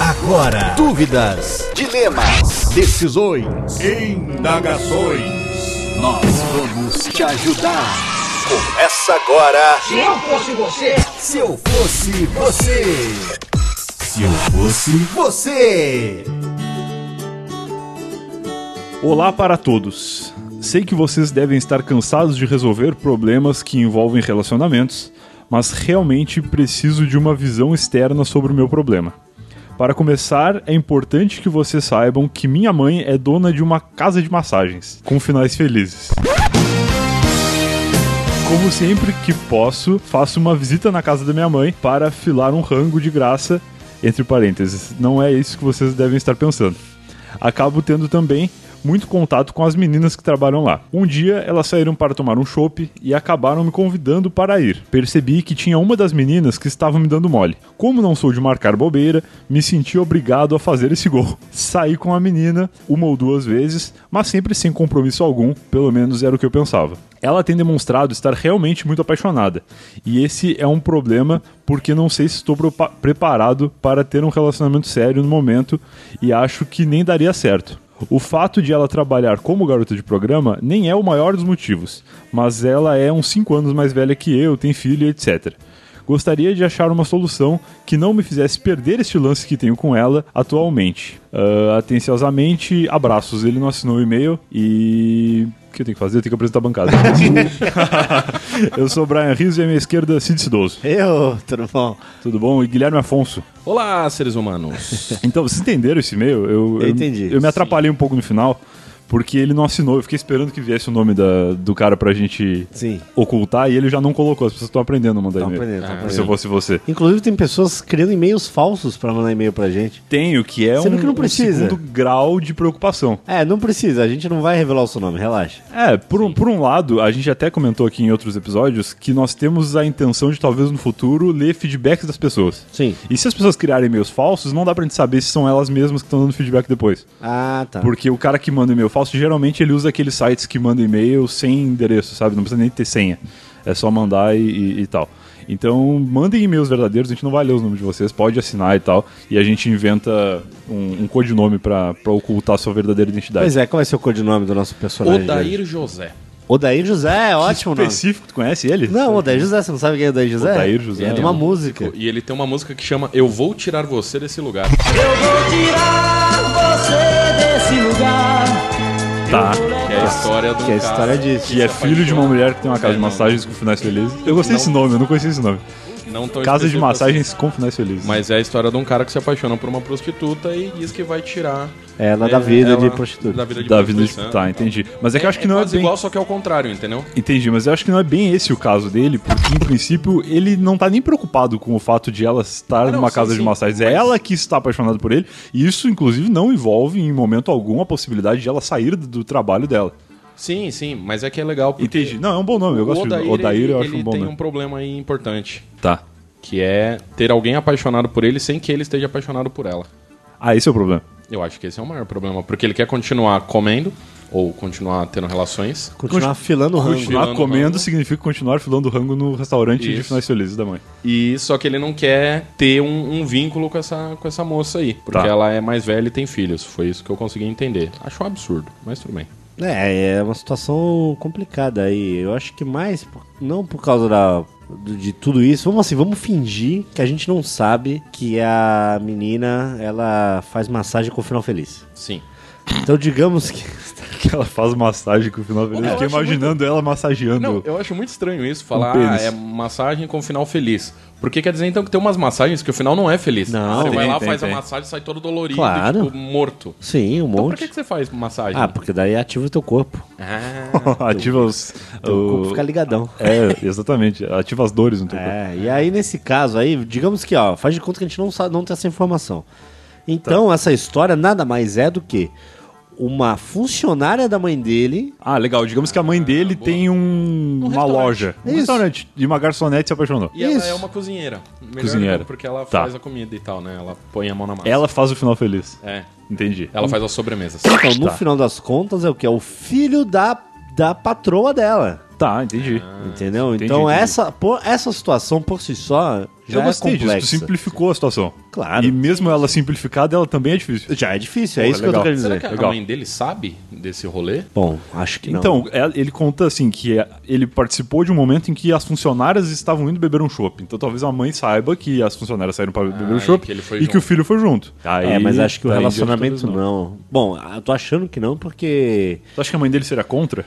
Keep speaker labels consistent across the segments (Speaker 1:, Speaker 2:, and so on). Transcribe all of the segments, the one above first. Speaker 1: Agora, dúvidas, dilemas, decisões,
Speaker 2: Indagações.
Speaker 1: nós vamos te ajudar. Começa agora. Se eu fosse você, se eu fosse você, se eu fosse você.
Speaker 2: Olá para todos. Sei que vocês devem estar cansados de resolver problemas que envolvem relacionamentos, mas realmente preciso de uma visão externa sobre o meu problema. Para começar, é importante que vocês saibam que minha mãe é dona de uma casa de massagens, com finais felizes. Como sempre que posso, faço uma visita na casa da minha mãe para filar um rango de graça, entre parênteses. Não é isso que vocês devem estar pensando. Acabo tendo também muito contato com as meninas que trabalham lá. Um dia elas saíram para tomar um chopp e acabaram me convidando para ir. Percebi que tinha uma das meninas que estava me dando mole. Como não sou de marcar bobeira, me senti obrigado a fazer esse gol. Saí com a menina uma ou duas vezes, mas sempre sem compromisso algum, pelo menos era o que eu pensava. Ela tem demonstrado estar realmente muito apaixonada, e esse é um problema porque não sei se estou propa- preparado para ter um relacionamento sério no momento e acho que nem daria certo. O fato de ela trabalhar como garota de programa nem é o maior dos motivos, mas ela é uns 5 anos mais velha que eu, tem filho e etc. Gostaria de achar uma solução que não me fizesse perder este lance que tenho com ela atualmente. Ah, atenciosamente, abraços. Ele não assinou o e-mail e. O que eu tenho que fazer? Eu tenho que apresentar a bancada. eu sou o Brian Rizzo e à minha esquerda, Cid Cidoso.
Speaker 1: É
Speaker 3: Eu, tudo bom?
Speaker 2: Tudo bom? E Guilherme Afonso.
Speaker 4: Olá, seres humanos.
Speaker 2: Então, vocês entenderam esse e-mail? Eu,
Speaker 3: Eu entendi.
Speaker 2: Eu me atrapalhei um pouco no final, porque ele não assinou. Eu fiquei esperando que viesse o nome da, do cara pra gente
Speaker 3: Sim.
Speaker 2: ocultar e ele já não colocou. As pessoas estão aprendendo a mandar
Speaker 3: Tá
Speaker 2: e-mail.
Speaker 3: aprendendo, tá
Speaker 2: Se eu
Speaker 3: aprendendo.
Speaker 2: fosse você.
Speaker 3: Inclusive tem pessoas criando e-mails falsos pra mandar e-mail pra gente.
Speaker 2: Tenho, que é
Speaker 3: Sendo
Speaker 2: um,
Speaker 3: que não
Speaker 2: um
Speaker 3: precisa.
Speaker 2: segundo grau de preocupação.
Speaker 3: É, não precisa, a gente não vai revelar o seu nome, relaxa.
Speaker 2: É, por um, por um lado, a gente até comentou aqui em outros episódios que nós temos a intenção de talvez no futuro ler feedbacks das pessoas.
Speaker 3: Sim.
Speaker 2: E se as pessoas criarem e-mails falsos, não dá pra gente saber se são elas mesmas que estão dando feedback depois.
Speaker 3: Ah, tá.
Speaker 2: Porque o cara que manda e-mail falso, geralmente ele usa aqueles sites que manda e-mail sem endereço, sabe? Não precisa nem ter senha. É só mandar e, e- e tal. Então, mandem e-mails verdadeiros, a gente não vai ler os nomes de vocês, pode assinar e tal. E a gente inventa um, um codinome pra, pra ocultar a sua verdadeira identidade.
Speaker 3: Pois é, qual vai ser o codinome do nosso personagem?
Speaker 4: Odair José.
Speaker 3: Odair José, é ótimo nome.
Speaker 2: Específico, tu conhece ele?
Speaker 3: Não, Odair José, você não sabe quem é Odair José?
Speaker 2: Odair José.
Speaker 3: É de
Speaker 2: É
Speaker 3: uma
Speaker 2: um
Speaker 3: música.
Speaker 4: E ele tem uma música que chama Eu Vou Tirar Você Desse Lugar.
Speaker 2: Tá.
Speaker 4: Que é a história do
Speaker 3: Que é a história disso.
Speaker 2: Que é filho de uma mulher que tem uma
Speaker 4: É,
Speaker 2: casa de massagens com finais felizes. Eu gostei desse nome, eu não conhecia esse nome.
Speaker 4: Não tão
Speaker 2: Casa de
Speaker 4: específico
Speaker 2: massagens com finais felizes.
Speaker 4: assim. Mas é a história de um cara que se apaixona por uma prostituta e diz que vai tirar
Speaker 3: Ela da
Speaker 4: é,
Speaker 3: vida
Speaker 4: ela
Speaker 3: de prostituta.
Speaker 4: Da vida de né,
Speaker 2: da vida de.
Speaker 4: prostituição.
Speaker 2: Tá, entendi. Mas é que eu acho que
Speaker 4: É
Speaker 2: não é
Speaker 4: quase
Speaker 2: bem.
Speaker 4: igual, só que é o contrário, entendeu?
Speaker 2: Entendi, mas eu acho que não é bem esse o caso dele, porque em princípio ele não tá nem preocupado com o fato de ela estar
Speaker 4: Ah, não,
Speaker 2: numa
Speaker 4: sim,
Speaker 2: casa de
Speaker 4: sim,
Speaker 2: massagens. É
Speaker 4: mas-
Speaker 2: ela que está apaixonada por ele, e isso inclusive não envolve em momento algum a possibilidade de ela sair do do trabalho dela.
Speaker 4: Sim, sim, mas é que é legal porque...
Speaker 2: Entendi. Não, é um bom nome, eu
Speaker 4: o
Speaker 2: gosto de
Speaker 4: Odair,
Speaker 2: Odair,
Speaker 4: ele,
Speaker 2: eu acho
Speaker 4: ele
Speaker 2: um bom
Speaker 4: tem
Speaker 2: nome.
Speaker 4: um problema aí importante,
Speaker 2: Tá.
Speaker 4: que é ter alguém apaixonado por ele sem que ele esteja apaixonado por ela.
Speaker 2: Ah, esse é o problema.
Speaker 4: Eu acho que esse é o maior problema, porque ele quer continuar comendo ou continuar tendo relações.
Speaker 3: Continuar afilando o rango.
Speaker 2: Continuar
Speaker 4: Filando
Speaker 2: comendo
Speaker 4: rango.
Speaker 2: significa continuar filando rango no restaurante de
Speaker 4: Isso.
Speaker 2: finais felizes da mãe.
Speaker 4: E só que ele não quer ter um, um vínculo com essa, com essa moça aí. Porque
Speaker 2: Tá.
Speaker 4: ela é mais velha e tem filhos. Foi isso que eu consegui entender. Acho um absurdo, mas tudo bem.
Speaker 3: É, é uma situação complicada aí. Eu acho que mais, por- não por causa da, do- de tudo isso. Vamos assim, vamos fingir que a gente não sabe que a menina ela faz massagem com o final feliz.
Speaker 4: Sim.
Speaker 3: Então digamos que.
Speaker 2: Que ela faz massagem com o final feliz.
Speaker 4: Eu
Speaker 2: Eu fiquei
Speaker 4: acho
Speaker 2: imaginando ela massageando.
Speaker 4: Não, eu acho muito estranho isso, falar, ah,
Speaker 2: pênis.
Speaker 4: é massagem com final feliz. Porque quer dizer então que tem umas massagens que o final não é feliz.
Speaker 3: Não,
Speaker 4: você vai
Speaker 2: tem,
Speaker 4: lá,
Speaker 2: tem,
Speaker 4: faz
Speaker 2: tem.
Speaker 4: a massagem, sai todo dolorido,
Speaker 3: Claro.
Speaker 4: tipo, morto.
Speaker 3: Sim, um
Speaker 4: Então pra
Speaker 3: monte.
Speaker 4: que, que você faz massagem?
Speaker 3: Ah, porque daí ativa o teu corpo.
Speaker 4: Ah,
Speaker 2: Ativa os.
Speaker 3: O corpo
Speaker 2: o-
Speaker 3: fica ligadão.
Speaker 2: É, exatamente. Ativa as dores no teu corpo.
Speaker 3: É, e aí nesse caso aí, digamos que, ó, faz de conta que a gente não sabe, não tem essa informação. Então, essa história nada mais é do que uma funcionária da mãe dele.
Speaker 2: Ah, legal. Digamos que a mãe dele tem Ah, um, uma
Speaker 4: restaurante.
Speaker 2: loja. Um
Speaker 3: Isso.
Speaker 2: restaurante. E uma garçonete se apaixonou.
Speaker 4: e ela
Speaker 3: Isso.
Speaker 4: é uma cozinheira. Melhor
Speaker 2: Cozinheira.
Speaker 4: ainda, Porque ela
Speaker 2: Tá.
Speaker 4: faz a comida e tal, né? Ela põe a mão na massa.
Speaker 2: Ela Hum. faz o final feliz.
Speaker 4: É.
Speaker 2: Entendi.
Speaker 4: Ela faz as sobremesas.
Speaker 3: Então, no
Speaker 2: Tá.
Speaker 3: final das contas, é o que? É o filho da, da patroa dela.
Speaker 2: Tá, entendi.
Speaker 3: entendeu?
Speaker 2: entendi,
Speaker 3: então
Speaker 2: entendi.
Speaker 3: essa, por- essa situação por si só já
Speaker 2: Eu gostei
Speaker 3: é complexa.
Speaker 2: disso, tu simplificou a situação.
Speaker 3: Claro.
Speaker 2: E mesmo ela simplificada, ela também é difícil.
Speaker 3: Já é difícil, é
Speaker 2: Porra,
Speaker 3: isso que eu tô
Speaker 2: legal.
Speaker 3: querendo dizer.
Speaker 4: Será que a
Speaker 2: Legal.
Speaker 4: mãe dele sabe desse rolê?
Speaker 3: Bom, acho que não.
Speaker 2: Então, é- ele conta assim que é- ele participou de um momento em que as funcionárias estavam indo beber um chopp. Então talvez a mãe saiba que as funcionárias saíram para beber
Speaker 4: Ah,
Speaker 2: um
Speaker 4: e
Speaker 2: chopp
Speaker 4: que ele foi
Speaker 2: e que o
Speaker 4: junto.
Speaker 2: filho foi junto.
Speaker 3: é,
Speaker 2: Aí, né?
Speaker 3: mas acho que o
Speaker 2: daí em diante,
Speaker 3: relacionamento
Speaker 2: talvez
Speaker 3: não. Bom, eu tô achando que não, porque
Speaker 2: Tu acha que a mãe dele seria contra?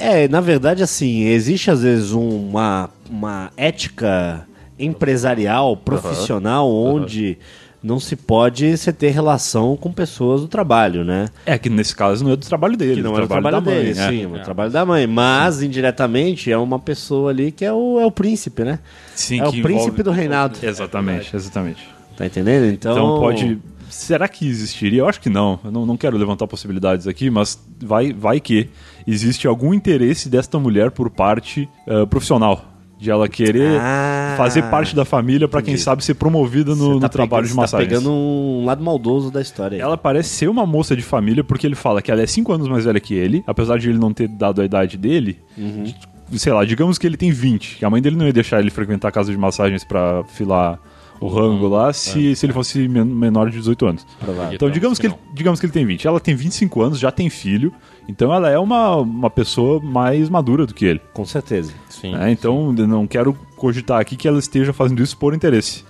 Speaker 3: É, na verdade, assim, existe às vezes um- uma, uma ética empresarial, profissional, onde não se pode você ter relação com pessoas do trabalho, né?
Speaker 2: É que nesse caso não é do trabalho dele,
Speaker 3: Que não
Speaker 2: é
Speaker 3: é o
Speaker 2: do
Speaker 3: trabalho,
Speaker 2: da mãe.
Speaker 3: dele,
Speaker 2: é.
Speaker 3: sim, é o trabalho da mãe. Mas, indiretamente, é uma pessoa ali que é o, é o príncipe, né?
Speaker 2: Sim,
Speaker 3: é o
Speaker 2: que
Speaker 3: príncipe
Speaker 2: envolve-
Speaker 3: do reinado.
Speaker 2: Exatamente, exatamente.
Speaker 3: Tá entendendo? É Então,
Speaker 2: Então pode. Será que existiria? Eu acho que não. Eu não, não quero levantar possibilidades aqui, mas vai, vai que existe algum interesse desta mulher por parte eh, profissional. De ela querer
Speaker 3: Ah,
Speaker 2: fazer parte da família para quem
Speaker 3: entendi.
Speaker 2: sabe ser promovida
Speaker 3: você
Speaker 2: no, no
Speaker 3: tá
Speaker 2: trabalho
Speaker 3: pegando-
Speaker 2: de
Speaker 3: você
Speaker 2: massagem.
Speaker 3: Tá pegando um lado maldoso da história. aí.
Speaker 2: Ela parece ser uma moça de família porque ele fala que ela é 5 anos mais velha que ele, apesar de ele não ter dado a idade dele. Sei lá, digamos que ele tem 20, que a mãe dele não ia deixar ele frequentar a casa de massagens pra filar o rango lá se, se ele fosse men- menor de 18 anos.
Speaker 3: Provável.
Speaker 2: Então, digamos que, ele, digamos que ele tem 20. Ela tem 25 anos, já tem filho, então ela é uma, uma pessoa mais madura do que ele.
Speaker 3: Com certeza.
Speaker 4: Sim.
Speaker 2: né? Então, eu não quero cogitar aqui que ela esteja fazendo isso por interesse.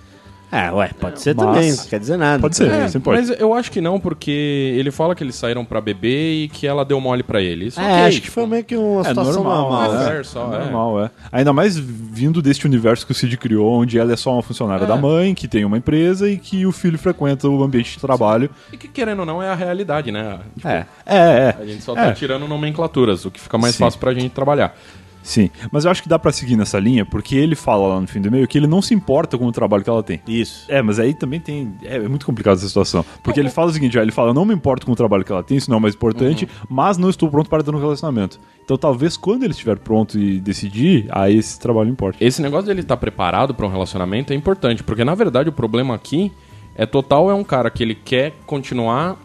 Speaker 3: É, ué, pode ser
Speaker 2: Mas-
Speaker 3: também, não quer dizer nada.
Speaker 2: Pode ser,
Speaker 4: É,
Speaker 2: você pode.
Speaker 4: Mas eu acho que não, porque ele fala que eles saíram pra beber e que ela deu mole pra ele. Isso
Speaker 3: É,
Speaker 4: ok,
Speaker 3: acho que
Speaker 4: tipo,
Speaker 3: foi meio que uma situação normal.
Speaker 4: né?
Speaker 3: né?
Speaker 4: fair só,
Speaker 2: é
Speaker 4: é.
Speaker 2: normal, é. Ainda mais vindo deste universo que o Cid criou, onde ela é só uma funcionária da mãe, que tem uma empresa e que o filho frequenta o ambiente de trabalho.
Speaker 4: E que querendo ou não é a realidade, né? Tipo,
Speaker 3: É.
Speaker 2: É,
Speaker 4: A
Speaker 2: é,
Speaker 4: gente só
Speaker 2: É.
Speaker 4: tá tirando nomenclaturas, o que fica mais
Speaker 2: Sim.
Speaker 4: fácil pra gente trabalhar.
Speaker 2: sim. Mas eu acho que dá pra seguir nessa linha, porque ele fala lá no fim do e-mail que ele não se importa com o trabalho que ela tem.
Speaker 3: Isso.
Speaker 2: É, mas aí também tem. É, é muito complicado essa situação. Porque ele fala o seguinte: ó, ele fala, eu não me importo com o trabalho que ela tem, isso não é o mais importante,
Speaker 4: Uhum.
Speaker 2: mas não estou pronto para ter um relacionamento. Então talvez quando ele estiver pronto e decidir, aí esse trabalho importe.
Speaker 4: Esse negócio dele estar preparado pra um relacionamento é importante, porque na verdade o problema aqui é total é um cara que ele quer continuar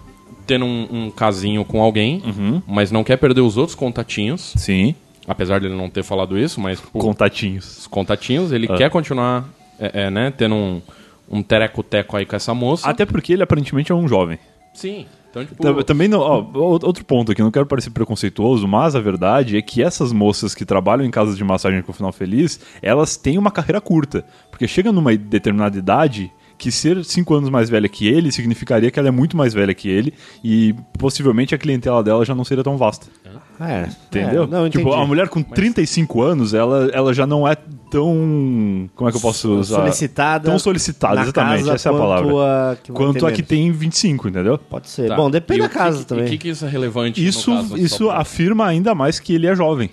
Speaker 4: tendo um, um casinho com alguém,
Speaker 2: Uhum.
Speaker 4: mas não quer perder os outros contatinhos,
Speaker 2: Sim.
Speaker 4: apesar dele não ter falado isso, mas
Speaker 2: Tipo,
Speaker 4: pô,
Speaker 2: Contatinhos.
Speaker 4: os contatinhos, ele
Speaker 3: Ah.
Speaker 4: quer continuar é, é, né, tendo um, um tereco-teco aí com essa moça.
Speaker 2: Até porque ele aparentemente é um jovem.
Speaker 4: Sim. Então, tipo,
Speaker 2: Tam- Também não. ó, ou- outro ponto aqui, não quero parecer preconceituoso, mas a verdade é que essas moças que trabalham em casas de massagem com final feliz, elas têm uma carreira curta. Porque chega numa determinada idade que ser cinco anos mais velha que ele significaria que ela é muito mais velha que ele e possivelmente a clientela dela já não seria tão vasta.
Speaker 3: É.
Speaker 2: Entendeu?
Speaker 3: É, não, entendi.
Speaker 2: tipo, a mulher com 35 anos, ela, ela já não é tão. Como é que eu posso usar?
Speaker 3: Solicitada.
Speaker 2: Tão solicitada,
Speaker 3: na
Speaker 2: exatamente.
Speaker 3: casa
Speaker 2: essa é a
Speaker 3: quanto
Speaker 2: palavra.
Speaker 3: a que vai
Speaker 2: quanto
Speaker 3: ter
Speaker 2: a que
Speaker 3: menos.
Speaker 2: tem 25, entendeu?
Speaker 3: Pode ser.
Speaker 4: tá.
Speaker 3: Bom, depende
Speaker 4: E
Speaker 3: da
Speaker 4: o que
Speaker 3: casa
Speaker 4: que-
Speaker 3: também.
Speaker 4: E o que, que isso é relevante? no
Speaker 2: Isso,
Speaker 4: caso,
Speaker 2: isso
Speaker 4: só pra-
Speaker 2: afirma ainda mais que ele é jovem.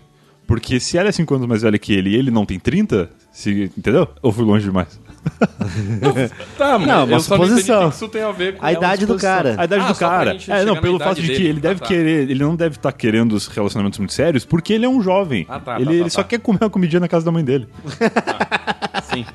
Speaker 2: Porque se ela é 5 anos mais velha que ele e ele não tem 30, se, entendeu? Ou fui longe demais?
Speaker 4: Tá, mas
Speaker 3: Não, uma
Speaker 4: eu só não entendi
Speaker 3: suposição.
Speaker 4: o que isso tem é a ver com
Speaker 3: A
Speaker 4: ela
Speaker 3: idade do
Speaker 4: disposição.
Speaker 3: cara.
Speaker 2: A idade
Speaker 4: Ah,
Speaker 2: do
Speaker 4: só pra
Speaker 2: cara.
Speaker 4: gente
Speaker 2: É,
Speaker 4: chegar
Speaker 2: não,
Speaker 4: na
Speaker 2: pelo
Speaker 4: idade
Speaker 2: fato de que
Speaker 4: dele.
Speaker 2: ele
Speaker 4: Ah,
Speaker 2: deve
Speaker 4: tá.
Speaker 2: querer, ele não deve estar querendo os relacionamentos muito sérios, porque ele é um jovem.
Speaker 4: Ah, tá, tá,
Speaker 2: ele
Speaker 4: tá,
Speaker 2: ele
Speaker 4: tá. Ah,
Speaker 2: só quer comer uma comidinha na casa da mãe dele.
Speaker 4: Sim.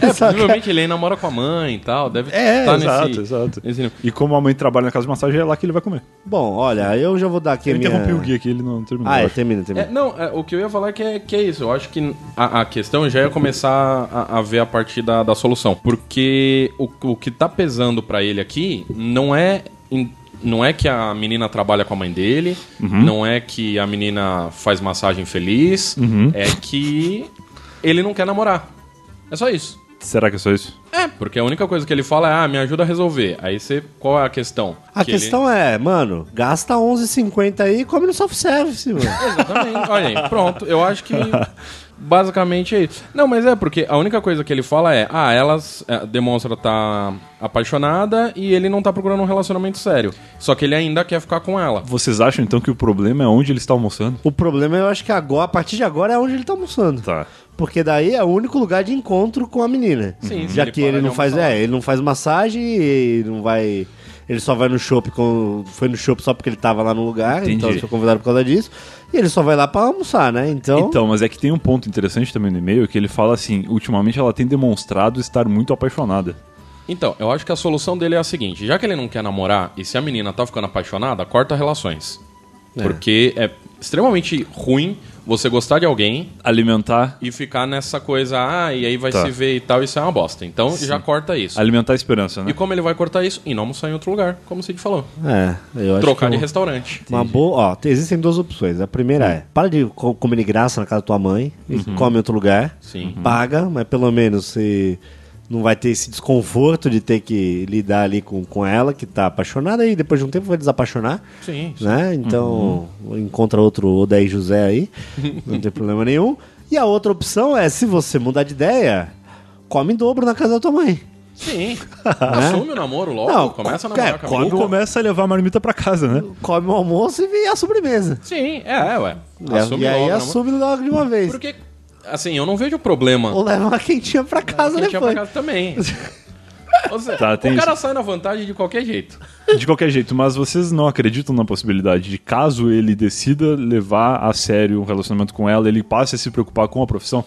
Speaker 4: É, provavelmente ele aí namora com a mãe e tal, deve estar
Speaker 2: É,
Speaker 4: tá
Speaker 2: exato,
Speaker 4: nesse...
Speaker 2: exato.
Speaker 4: nesse nível.
Speaker 2: E como a mãe trabalha na casa de massagem, é lá que ele vai comer.
Speaker 3: Bom, olha, eu já vou dar aqui
Speaker 2: Eu
Speaker 3: a minha...
Speaker 2: interrompi o Gui aqui, ele não terminou.
Speaker 3: Ah,
Speaker 2: eu
Speaker 3: é,
Speaker 2: acho.
Speaker 3: termina,
Speaker 4: É,
Speaker 3: termina.
Speaker 4: não, é, o que eu ia falar é que é, que é isso. Eu acho que a, a questão já ia começar a, a ver a partir da, da solução. Porque o, o que tá pesando pra ele aqui não é. em- não é que a menina trabalha com a mãe dele,
Speaker 3: Uhum.
Speaker 4: não é que a menina faz massagem feliz,
Speaker 3: Uhum.
Speaker 4: é que ele não quer namorar. É só isso.
Speaker 2: Será que é só isso?
Speaker 4: É, porque a única coisa que ele fala é, ah, me ajuda a resolver. Aí você, qual é a questão?
Speaker 3: A
Speaker 4: Que ele-
Speaker 3: questão é, mano, gasta 11,50 aí e come no self-service, mano.
Speaker 4: Exatamente. Olha aí, pronto. Eu acho que basicamente é isso. Não, mas é porque a única coisa que ele fala é: ah, ela eh, demonstra estar apaixonada e ele não tá procurando um relacionamento sério. Só que ele ainda quer ficar com ela.
Speaker 2: Vocês acham então que o problema é onde ele está almoçando?
Speaker 3: o problema é, eu acho que agora, a partir de agora é onde ele tá almoçando.
Speaker 2: Tá.
Speaker 3: Porque daí é o único lugar de encontro com a menina.
Speaker 4: Sim,
Speaker 3: Já
Speaker 4: ele
Speaker 3: que
Speaker 4: para
Speaker 3: ele
Speaker 4: de
Speaker 3: não faz,
Speaker 4: almoçar.
Speaker 3: é, ele não faz massagem e não vai, ele só vai no shopping com, foi no shopping só porque ele tava lá no lugar,
Speaker 2: Entendi.
Speaker 3: então ele foi convidado por causa disso. E ele só vai lá pra almoçar, né? Então,
Speaker 2: Então, mas é que tem um ponto interessante também no e-mail que ele fala assim: ultimamente ela tem demonstrado estar muito apaixonada.
Speaker 4: Então, eu acho que a solução dele é a seguinte: já que ele não quer namorar e se a menina tá ficando apaixonada, corta relações. Porque é, extremamente ruim você gostar de alguém
Speaker 2: Alimentar.
Speaker 4: e ficar nessa coisa, ah, e aí vai
Speaker 2: Tá.
Speaker 4: se ver e tal, isso é uma bosta. Então já corta isso.
Speaker 2: Alimentar a esperança, né?
Speaker 4: E como ele vai cortar isso? E não almoçar em outro lugar, como o Cid falou.
Speaker 3: É, eu acho
Speaker 4: Trocar
Speaker 3: que
Speaker 4: de
Speaker 3: eu-
Speaker 4: restaurante.
Speaker 3: Uma boa, ó, te- existem duas opções. A primeira
Speaker 2: Hum.
Speaker 3: é, para de co- comer de graça na casa da tua mãe e
Speaker 2: Uhum.
Speaker 3: come em outro lugar.
Speaker 4: Sim.
Speaker 3: Paga, mas pelo menos você não vai ter esse desconforto de ter que lidar ali com, com ela, que tá apaixonada, e depois de um tempo vai desapaixonar.
Speaker 4: Sim, sim.
Speaker 3: Né? Então, encontra outro Odaí José aí, não tem problema nenhum. E a outra opção é, se você mudar de ideia, come em dobro na casa da tua mãe.
Speaker 4: Sim. Assume o namoro logo,
Speaker 3: Né? Não,
Speaker 4: começa
Speaker 3: é,
Speaker 4: a namorar com a
Speaker 2: Ou
Speaker 4: menina.
Speaker 2: começa a levar a marmita pra casa, né?
Speaker 3: Come o almoço e vem a sobremesa.
Speaker 4: Sim, é, é, ué.
Speaker 3: E a- e aí
Speaker 4: o namoro.
Speaker 3: assume logo de uma vez.
Speaker 4: Porque, assim, eu não vejo problema
Speaker 3: Ou leva uma quentinha pra casa
Speaker 4: quem tinha pra
Speaker 3: depois.
Speaker 4: casa também. Ou seja,
Speaker 2: Tá,
Speaker 4: o
Speaker 2: tem
Speaker 4: cara sai na vantagem de qualquer jeito.
Speaker 2: De qualquer jeito, mas vocês não acreditam na possibilidade de caso ele decida levar a sério um relacionamento com ela, ele passe a se preocupar com a profissão?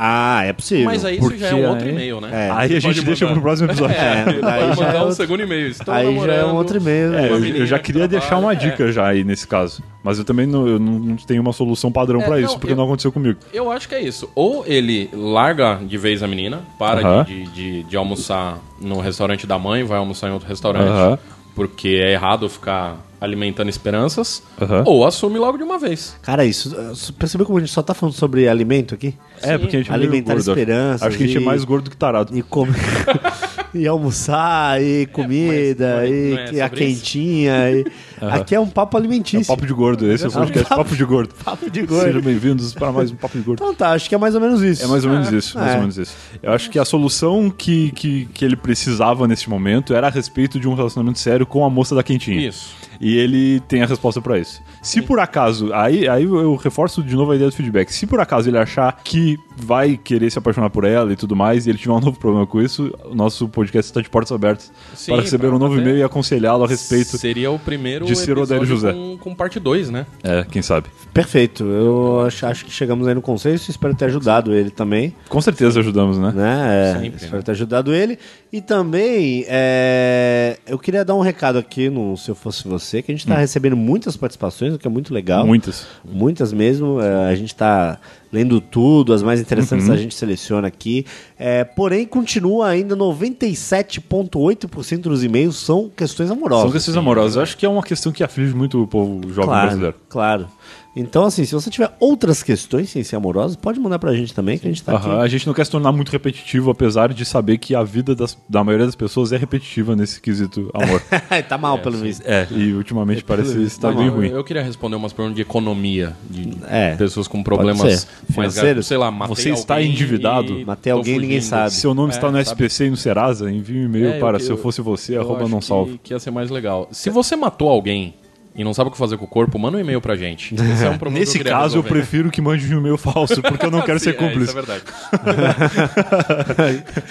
Speaker 3: Ah, é possível.
Speaker 4: Mas aí
Speaker 2: Porque
Speaker 4: isso já é um outro
Speaker 2: aí-
Speaker 4: e-mail, né?
Speaker 3: É.
Speaker 2: Aí a
Speaker 4: Pode
Speaker 2: gente deixa
Speaker 4: mandar.
Speaker 2: pro próximo episódio.
Speaker 3: É, daí
Speaker 4: Ele vai
Speaker 3: já
Speaker 4: mandar
Speaker 3: é
Speaker 4: um
Speaker 3: outro-
Speaker 4: segundo e-mail. Estou
Speaker 3: aí já é
Speaker 4: namorando.
Speaker 3: um outro e-mail.
Speaker 2: É,
Speaker 4: Uma
Speaker 2: eu,
Speaker 4: menina
Speaker 2: eu já
Speaker 4: que
Speaker 2: queria
Speaker 4: trabalha,
Speaker 2: deixar uma
Speaker 4: é.
Speaker 2: dica já aí nesse caso. Mas eu também não, eu não- não tenho uma solução padrão
Speaker 4: É,
Speaker 2: pra
Speaker 4: não,
Speaker 2: isso, porque
Speaker 4: eu-
Speaker 2: não aconteceu comigo.
Speaker 4: Eu acho que é isso. Ou ele larga de vez a menina, para
Speaker 2: Aham.
Speaker 4: de, de, de- de almoçar no restaurante da mãe, vai almoçar em outro restaurante,
Speaker 2: Aham.
Speaker 4: porque é errado ficar alimentando esperanças,
Speaker 2: Aham.
Speaker 4: ou assume logo de uma vez.
Speaker 3: Cara, isso. isso- Percebeu como a gente só tá falando sobre alimento aqui?
Speaker 2: É, porque a gente é meio
Speaker 3: Alimentar
Speaker 2: gordo, acho.
Speaker 3: esperanças
Speaker 2: Acho que a gente é
Speaker 3: e-
Speaker 2: mais gordo que tarado.
Speaker 3: E comer. e almoçar, e comida,
Speaker 4: mas não é
Speaker 3: e
Speaker 4: sobre
Speaker 3: que- a
Speaker 4: isso?
Speaker 3: quentinha. e- Aqui é um papo
Speaker 2: É
Speaker 3: alimentício.
Speaker 2: o papo de gordo, esse é o podcast Papo de Gordo. Papo
Speaker 3: de gordo.
Speaker 2: Sejam bem-vindos para mais um Papo de Gordo.
Speaker 3: Então tá, acho que é mais ou menos isso.
Speaker 2: É mais ou menos isso, mais
Speaker 3: É.
Speaker 2: ou menos isso. Eu acho que a solução que, que, que ele precisava neste momento era a respeito de um relacionamento sério com a moça da quentinha.
Speaker 4: Isso.
Speaker 2: E ele tem a resposta pra isso. Se por acaso, aí, aí eu reforço de novo a ideia do feedback. Se por acaso ele achar que vai querer se apaixonar por ela e tudo mais, e ele tiver um novo problema com isso, o nosso podcast está de portas abertas
Speaker 4: Sim,
Speaker 2: para receber
Speaker 4: pra
Speaker 2: um novo
Speaker 4: até-
Speaker 2: e-mail e aconselhá-lo a respeito.
Speaker 4: Seria o primeiro
Speaker 2: de ser o Odélio
Speaker 4: episódio
Speaker 2: José.
Speaker 4: Com, com parte 2, né?
Speaker 2: É, quem sabe.
Speaker 3: Perfeito. Eu acho, acho que chegamos aí no consenso. Espero ter ajudado ele também.
Speaker 2: Com certeza ajudamos, né?
Speaker 3: né? É,
Speaker 4: Sempre,
Speaker 3: espero
Speaker 4: né?
Speaker 3: ter ajudado ele. E também, é, eu queria dar um recado aqui no Se Eu Fosse Você, que a gente está recebendo muitas participações, o que é muito legal.
Speaker 2: Muitas.
Speaker 3: Hum. Muitas mesmo. é, a gente está lendo tudo, as mais interessantes a gente seleciona aqui. É, porém, continua ainda 97,8% dos e-mails são questões amorosas.
Speaker 2: São questões amorosas. Eu acho que é uma questão que aflige muito o povo jovem
Speaker 3: Claro,
Speaker 2: brasileiro.
Speaker 3: claro. Então, assim, se você tiver outras questões sem ser amorosas, pode mandar pra gente também, que a gente tá
Speaker 2: Aham,
Speaker 3: aqui.
Speaker 2: A gente não quer se tornar muito repetitivo, apesar de saber que a vida das- da maioria das pessoas é repetitiva nesse quesito amor.
Speaker 3: tá mal, pelo visto.
Speaker 2: é, e ultimamente parece estar bem
Speaker 4: eu,
Speaker 2: é ruim.
Speaker 4: eu queria responder umas perguntas de economia, de
Speaker 3: É,
Speaker 4: pessoas com
Speaker 3: pode
Speaker 4: problemas
Speaker 3: ser.
Speaker 4: mais
Speaker 3: Financeiros?
Speaker 4: graves. Sei lá, matei
Speaker 2: Você está
Speaker 4: alguém
Speaker 2: endividado?
Speaker 4: e
Speaker 3: Matei
Speaker 4: tô
Speaker 3: alguém, ninguém
Speaker 4: fugindo.
Speaker 3: sabe.
Speaker 2: Seu nome está no
Speaker 4: É,
Speaker 2: SPC e no Serasa, envie um e-mail
Speaker 4: É,
Speaker 2: para
Speaker 4: eu-
Speaker 2: se eu fosse você,
Speaker 4: eu
Speaker 2: arroba
Speaker 4: acho
Speaker 2: não
Speaker 4: que-
Speaker 2: salvo.
Speaker 4: Que ia ser mais legal. Se você matou alguém e não sabe o que fazer com o corpo, manda um e-mail pra gente. Esse é um problema que
Speaker 2: Nesse
Speaker 4: eu queria
Speaker 2: caso, eu
Speaker 4: resolver.
Speaker 2: prefiro que mande um e-mail falso, porque eu não quero
Speaker 4: Sim,
Speaker 2: ser
Speaker 4: É, isso é
Speaker 2: cúmplice.
Speaker 4: verdade.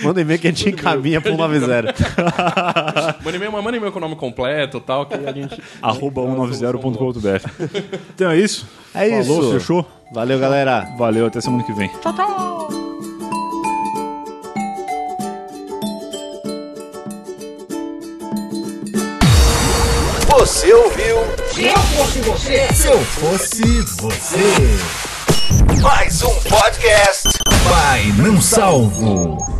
Speaker 3: Manda e-mail que a gente encaminha um pro 90.
Speaker 4: Manda e-mail, mas manda e-mail com o nome completo e tal, que a gente.
Speaker 2: arroba 190.com.br. Então é isso.
Speaker 3: É isso.
Speaker 2: Falou, fechou.
Speaker 3: Valeu, galera.
Speaker 2: Valeu, até semana que vem.
Speaker 1: Você ouviu? Se eu fosse você. Se eu fosse você. Mais um podcast. Vai, não salvo.